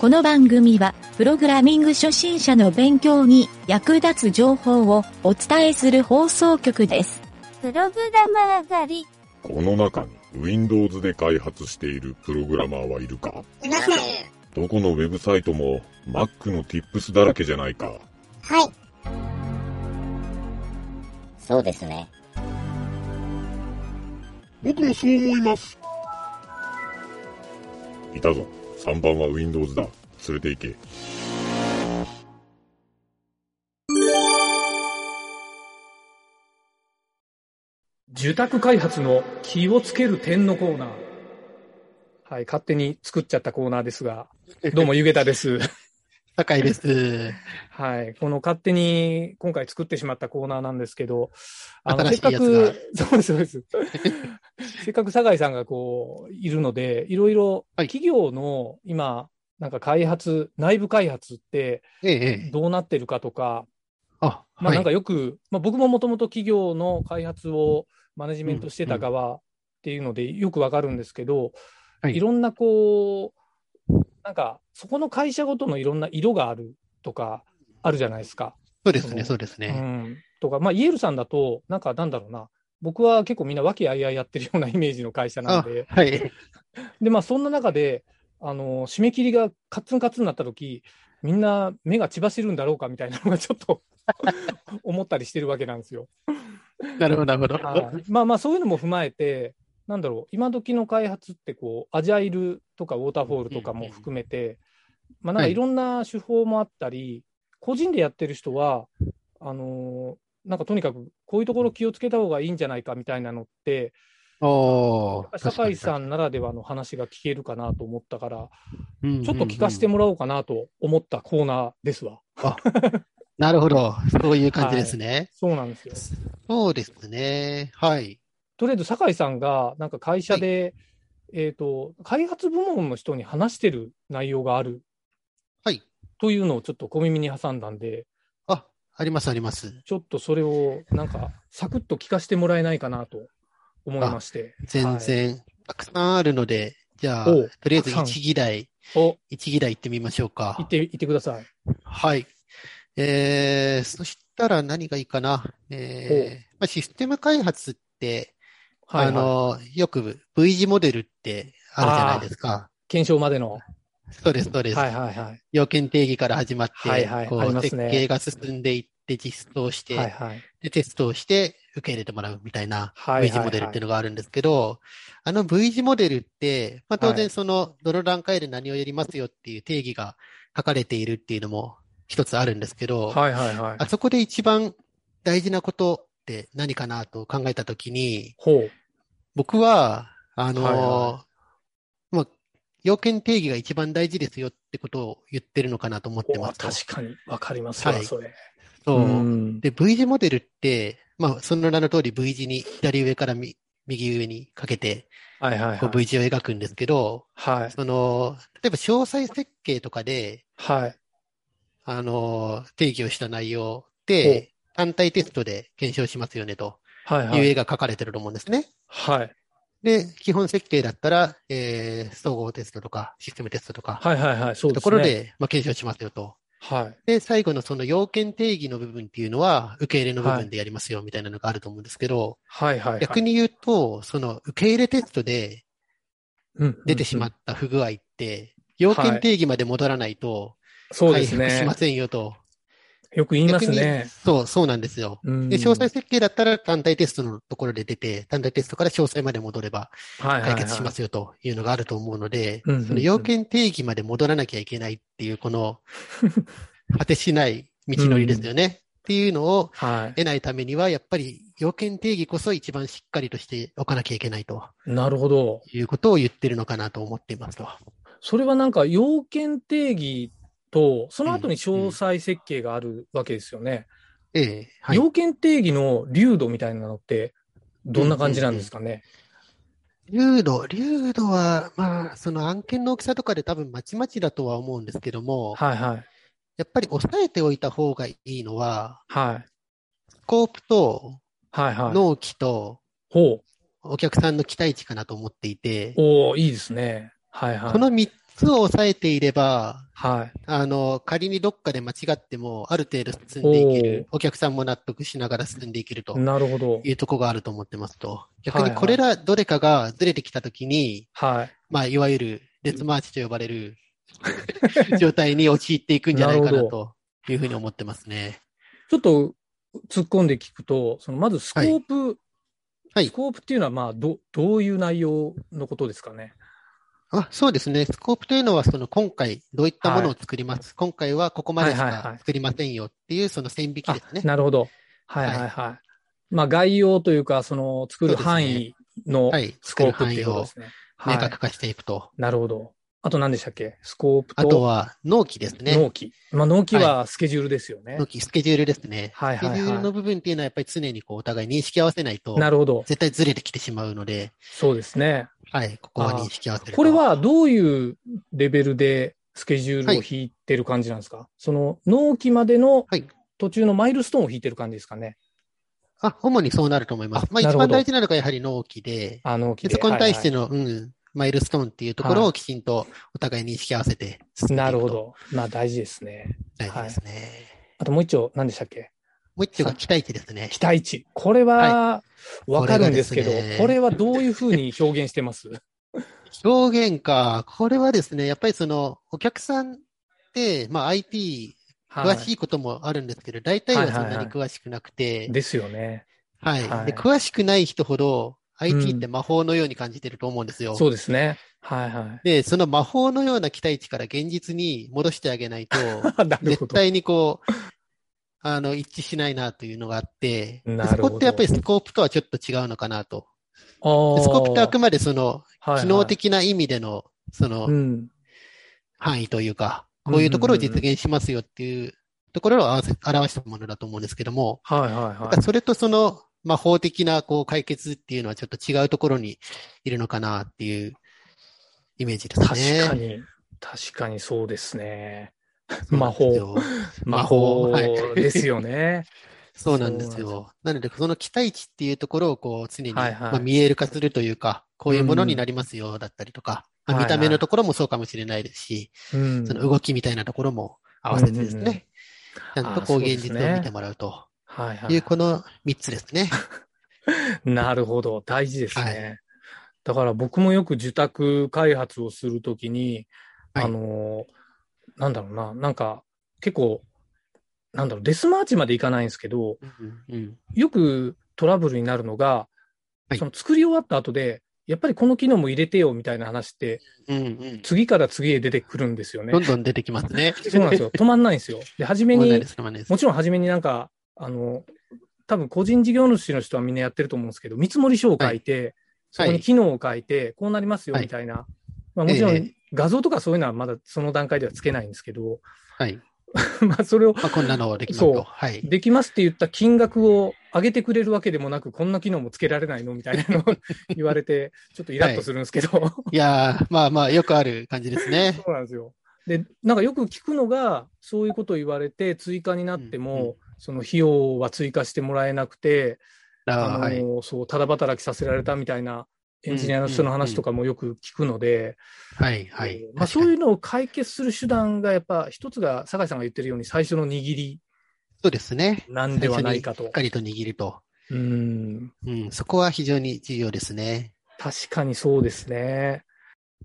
この番組は、プログラミング初心者の勉強に役立つ情報をお伝えする放送局です。プログラマー狩り。この中に Windows で開発しているプログラマーはいるかいません。どこのウェブサイトも Mac の Tips だらけじゃないか。はい。そうですね。僕もそう思います。いたぞ。3番は Windows だ。連れて行け。住宅開発の気をつける点のコーナー。はい、勝手に作っちゃったコーナーです が、どうも、ゆげたです。高いです。はい、この勝手に今回作ってしまったコーナーなんですけど、新せしっいかやつがく、 そうです、そうです。 せっかく酒井さんがこう、いるので、いろいろはい企業の今、なんか開発、内部開発って ええ、ええ。どうなってるかとか、あ、まあはい。なんかよく、まあ僕ももともと企業の開発をマネジメントしてた側っていうのでよくわかるんですけど、はいい、ろんなこう、なんかそこの会社ごとのいろんな色があるとかあるじゃないですか。そうですね、そうですうね。ん、とか、まあイエルさんだと、なんかなんだろうな、僕は結構みんな和気あいあいやってるようなイメージの会社なあので、、はい。 で、まあ、そんな中で、あの締め切りがカツンカツンになったとき、みんな目が血走るんだろうかみたいなのがちょっと 思ったりしてるわけなんですよ。なるほど、なるほど。はいまあまあ、そういうのも踏まえて、なんだろう、今時の開発ってこう、アジャイルとかウォーターフォールとかも含めて、まあ、なんかはいいろんな手法もあったり、個人でやってる人は、あのなんかとにかくこういうところ気をつけた方がいいんじゃないかみたいなのって、おー。酒井さん、んならではの話が聞けるかなと思ったから、ちちょっと聞かせてももらおうかなと思ったコーナーですわ。なるほど。そういう感じですね。そうなんですよ。そうですね。はい。とりあえず、酒井さんが、なんか会社で、えっ、と、開発部門の人に話してる内容がある。はい。というのをちょっと小耳に挟んだんで、あ、あります、あります。ちょっとそれを、なんか、サクッと聞かせてもらえないかなと思いまして。全然、たくさんあるので、じゃあ、おとりあえずたくさん1議題、お、 1議題行ってみましょうか。言って、言ってください。はい。えー、そしたら何がいいかな。えーまあ、システム開発って、はい、あはいの、よく V 字モデルってあるじゃないですか。検証までの。はそうです、そうでいす。はいはい。要件定義から始まって、はいはいこありう、ます設ね計が進んでいって、実装して、はいはい。で、テストをして、受け入れてもらうみたいなはいはいはい V 字モデルっていうのがあるんですけど、あの V 字モデルって、まあ、当は然その、どの段階で何をやりますよっていう定義が書かれているっていうのも一つあるんですけど、はいはいはいあ。そこで一番大事なことって何かなと考えたときに、ほう。僕は、あの、はいはまあ、要件定義が一番大事ですよってことを言ってるのかなと思っておますと。確かに、わかりますわ、はいそれ。そううんで、V 字モデルって、まあ、その名の通り V 字に左上からみ右上にかけて、はいはいこうはい。 V 字を描くんですけど、はい。その、例えば詳細設計とかで、はい。あの、定義をした内容って、単体テストで検証しますよねとはいいうは絵い。が書かれてると思うんですね。はい。で、基本設計だったら、えー、総合テストとか、システムテストとか、はいはいはい。そうですね。ところで、まあ、検証しますよと。はい。で、最後のその要件定義の部分っていうのは、受け入れの部分でやりますよみたいなのがあると思うんですけど、はいはいはい。逆に言うと、その受け入れテストで出てしまっった不具合って、要件定義まで戻らないと、た。そうで回す復しねま。せんよと。よく言います逆ねに。そう、そうなんですよ。うんで、詳細設計だったら単体テストのところで出て、単体テストから詳細まで戻れば解決しま。すよというのがあると思うので、はいはいはいうんうんうんその要件定義まで戻らなきゃいけないっていう、この 果てしない道のりですよね。っていうのをはいはいはい得ないためには、やっぱり要件定義こそ一番しっかりとしておかなきゃいけないとはい。なるほど。いうことを言ってるのかなと思っていますと。それはなんか、要件定義と、その後に詳細設計があるわけですよね。ええ、はい。要件定義の流度みたいなのって、どんな感じなんですかね。流度、流度は、まあ、その案件の大きさとかで多分まちまちだとは思うんですけども、はいはい。やっぱり抑えておいた方がいいのは、はい。スコープとはいはい。納期とほう。お客さんの期待値かなと思っていて、おおいいですね。はいはい。この3つを抑えていれば、はい。あの、仮にどっかで間違っても、ある程度進んでいける。お客さんも納得しながら進んでいけるとなるほど。いうとこがあると思ってますと。は逆いにはいこれらどれかがずれてきたときに、はい。まあ、いわゆる、列マーチと呼ば れる状態に陥っていくんじゃないかななるほというふうに思ってますね。ちょっと突っ込んで聞くと、そのまずスコープ、はいスコープっていうのは、まあど、どういう内容のことですかね。あそうですね。スコープというのは、その今回どういったものを作ります、今回はここまでしはいはいはかい作りませんよっていうその線引きあですね。なるほど。はいはいはい。まあ、概要というか、その作る範囲のはい。ス作コるープって範い囲うことをですね。は明い。確化していくと。なるほど。あと何でしたっけスコープとあとは、納期ですね。納期。まあ、納期はスケジュールですよね。納期、スケジュールですね。はいスケはジいュールのは部分っていうのはやっぱり常にこうお互い認識合わせないとい。、なるほど。絶対ずれてきてしまうので、そうですね。はい、ここは認識合わせると。これはどういうレベルでスケジュールを引いてる感じなんですか、その納期までのはい途中のマイルストーンを引いてる感じですかね。あ、主にそうなると思います。あまあなるほ一ど番大事なのがやはり納期で、あ納期でで。そこに対してはいの、うん、マイルストーンっていうところをきちんとお互い認識合わせて進んではいないくとるほ。ど。まあ大事ですね。大事ですね。あともう一丁、何でしたっけもう一丁が期待値ですね。期待値。これはわかるんですけど、ここれれがですねはどういうふうに表現してます 表現か。これはですね、やっぱりその、お客さんって、まあ IT、詳しい。いこともあるんですけど、大体はそんはいなはいに詳しくなくて、ですよね。はい、はいで。詳しくない人ほど、IT うんって魔法のように感じてると思うんですよ。そうですね。はいはい。で、その魔法のような期待値から現実に戻してあげないと、 なるほ絶ど。対にこう、あの、一致しないなというのがあって、でなるほそどこってやっぱりスコープとはちょっと違うのかなと。あーでスコープってあくまでその、はいはい機能的な意味での、そのう、ん。範囲というか、うんこういうところを実現しますよっていうところを表せ表したものだと思うんですけども、はいはいはい。それとその、まあ、法的なこう解決っていうのはちょっと違うところにいるのかなっていうイメージですね。確かに、確かにそうですね。そうなんですよ。魔魔法法ですよ ね。そうなんですそうよ。なので、その期待値っていうところをこう常に、はいはいまあ、見える化するというか、こういうものになりますよだったりとか、うんまあ、見たはい目はのいところもそうかもしれないですし、うんその動きみたいなところも合わせてですうんうんうんね、ちゃんとこうあーそうで現す実ねを見てもらうとはいはいう、い。この3つですね。なるほど。大事ですね。はいだから僕もよく受託開発をするときに、はいあの、なんだろうな、なんか結構、なんだろう、デスマーチまでいかないんですけど、うんうんよくトラブルになるのが、はいその作り終わった後で、やっぱりこの機能も入れてよみたいな話って、うんうん次から次へ出てくるんですよねど。んどん出てきますね。そうなんですよ。止まんないんですよ。で、初め問題にで、す、問題ですも。ちろん初めになんか、あの、多分個人事業主の人はみんなやってると思うんですけど、見積もり書を書いて、そこに機能を書いて、こうなりますよはいみたいな。まあもちろえんえ画像とかそういうのはまだその段階ではつけないんですけど、 はい。まあそれをまあ、こんなのできますそうと。はい。できますって言った金額を上げてくれるわけでもなく、こんな機能もつけられないのみたいなのを 言われて、ちょっとイラッとするんですけど。いやー、まあまあ、よくある感じですね。 そうなんですよ。で、なんかよく聞くのが、そういうことを言われて、追加になっても、うんうんその費用は追加してもらえなくて、ああーのはい。そう、ただ働きさせられたみたいなエンジニアの人の話とかもよく聞くので、はい、はい。まあ、そういううのを解決する手段が、やっぱ一つが、酒井さんが言ってるように、最初の握りそうですね。なんではないか最初にしとっ。かりと握ると。うん、うん、そこは非常に重要ですね。確かにそうですね。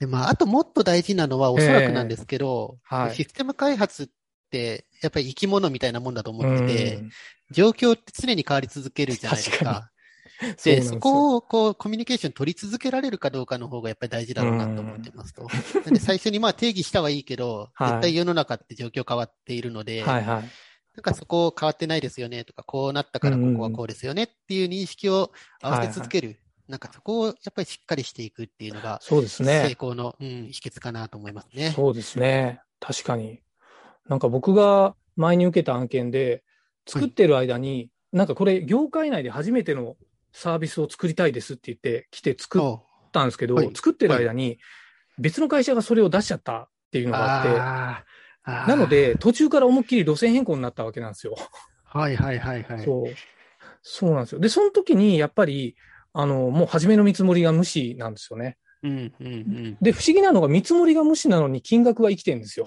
で、まあ、あともっと大事なのは、おそらくなんですけど、えはいシステム開発って、やっぱり生き物みたいなもんだと思ってて、うん状況って常に変わり続けるじゃないです確か。そうなんで、ですよそこをこうコミュニケーション取り続けられるかどうかの方がやっぱり大事だろうなと思ってますと。なんで最初にまあ定義したはいいけど、はい絶対世の中って状況変わっているので、はいはい。なんかそこ変わってないですよねとか、こうなったからここはこうですよねっていう認識を合わせ続ける。なんかそこをやっぱりしっかりしていくっていうのが、そうですね。成功の、うん、秘訣かなと思いますね。そうですね。確かに。なんか僕が前に受けた案件で、作ってる間に、なんかこれ、業界内で初めてのサービスを作りたいですって言って、来て作っそたんですけど、はい作ってる間に、別の会社がそれを出しちゃったっていううのがあって、あーあーなので、途中から思いっきり路線変更になったわけなんですよ。はいはいはいはい。そう。そうなんですよ。で、その時に、やっぱり、あの、もう初めの見積もりが無視なんですよね。うんうんうんで、不思議なのが見積もりが無視なのに金額が生きてるんですよ。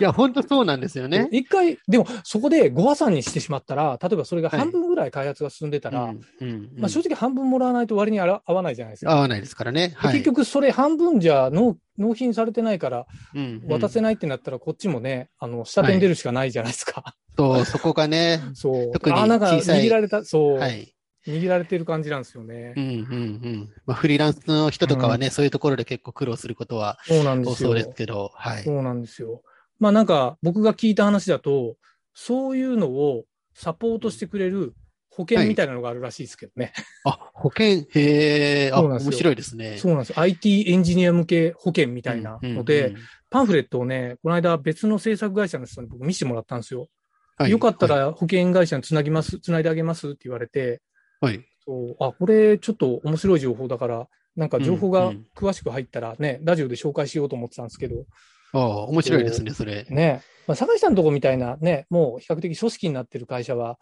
いや、本当そうなんですよね。 一回、でもそこでご破産にしてしまったら、例えばそれが半分ぐらい開発が進んでたら、うんうんまあ、正直半分もらわないと割にあら合わないじゃないですか。合わないですからね。ではい、結局それ半分じゃ納納品されてないからうんうん渡せないってなったらこっちもね、あの、下手に出るしかないじゃないですか。そう、そこ がね、そう。特にあーなんか小さい握られた、そう、はい。握られてる感じなんですよね。うんうんうん。まあ、フリーランスの人とかはね、そういうところで結構苦労することはそうなんで多すそよ。うですけど、はい。そうなんですよ。まあなんか僕が聞いた話だと、そういうのをサポートしてくれる保険みたいなのがあるらしいですけどね。あ、保険、へえ、あ、そうなんですよ面白いですね。そうなんですよ。IT エンジニア向け保険みみたいなので、、パンフレットをね、この間別の制作会社の人に僕見せてもらったんですよ。よかったはら保険会社につなぎます、つないであげますって言われて、い、はい。そうあ、これちょっと面白い情報だから、なんか情報うがんうん詳しく入ったらね、ラジオで紹介しようと思ってたんですけど、ああ、面白いですね、それ。ね、まあ、坂井さんのとこみたいなね、もう比較的組織になってる会社は、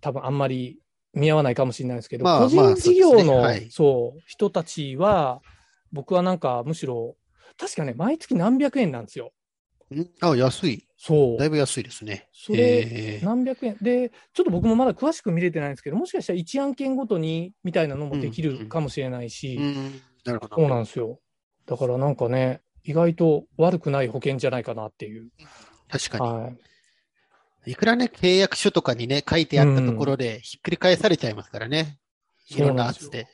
多分あんまり見合わないかもしれないですけど、まあ個まあ人事業の、そうですねはいそう、人たちは、僕はなんかむしろ、確かね、毎月何百円なんですよ。んあ、安い。そうだ。いぶ安いですね。それ、へえ何百円。で、ちょっと僕もまだ詳しく見れてないんですけど、もしかしたら1案件ごとにみたいなのもできるかもしれないし、うん、なるほど。そうなんですよ。だからなんかね、意外と悪くない保険じゃないかなっていう。確かに。はい。いくらね、契約書とかにね、書いてあったところで、ひっくり返されちゃいますからね。いろんな圧で。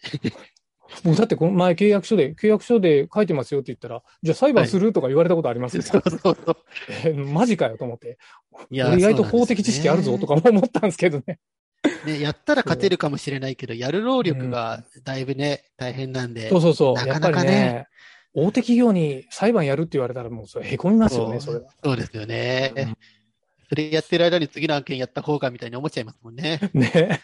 僕だってこの前契約書で、契約書で書いてますよって言ったら、じゃあ裁判するとか言われたことありますよ、 そうそうそう。 えマジかよと思って。い俺意外と法的知識あるぞとかか。も思ったんですけどね。ね、やったら勝てるかもしれないけど、やる労力がだいぶね、大変なんで。そうそうそう。やなっかぱなりかねね、大手企業に裁判やるって言われたらもうそれへこみますよね、それは。そうですよね。うんそれやってる間に次の案件やった方がみたいに思っちゃいますもんね。ね。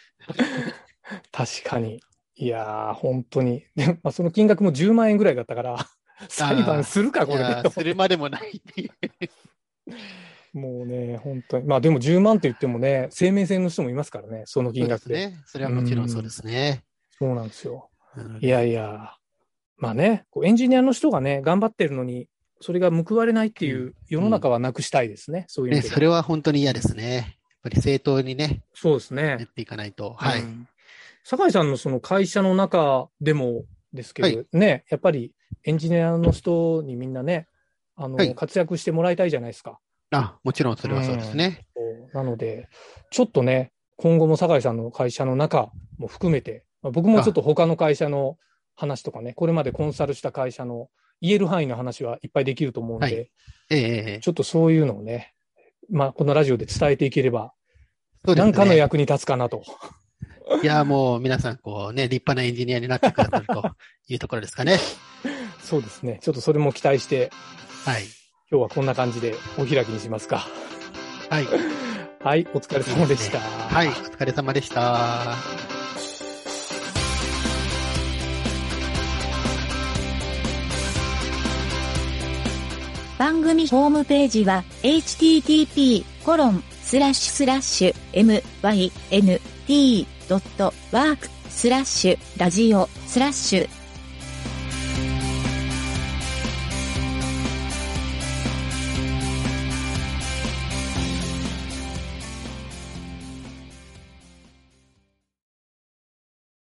確かに。いやー、本当に。でまあ、その金額も10万円ぐらいだったから、裁判するか、 これいやでー。するまでもないっていう。もうね、本当に。まあ、でも10万って言ってもね、生命線の人もいますからね、その金額そうでで。すね。それはもちろんそうですね。そうなんですよ。うんいやいや。まあね、こうエンジニアの人がね、頑張ってるのに、それが報われないっていう世の中はなくしたいですね、そういう意ね、味では。それは本当に嫌ですね。やっぱり正当にね、そうですやっね。ていかないと。はい。うん。酒井さんのその会社の中でもですけど、はいね、やっぱりエンジニアの人にみんなね、あの、はい活躍してもらいたいじゃないですか。あ、もちろんそれはそうですね。なので、ちょっとね、今後も酒井さんの会社の中も含めて、まあ僕もちょっと他の会社の話とかね、これまでコンサルした会社の言える範囲の話はいっぱいできると思うんで、はいええええちょっとそういうのをね、まあ、このラジオで伝えていければ、そうです何ね。かの役に立つかなと。いや、もう皆さん、こうね、立派なエンジニアになってくださるというところですかね。そうですね。ちょっとそれも期待して、はい。今日はこんな感じでお開きにしますか。はい。はい、お疲れ様でした。はい。お疲れ様でした。番組ホームページは http:// mynt.work スラッシュラジオスラッシュ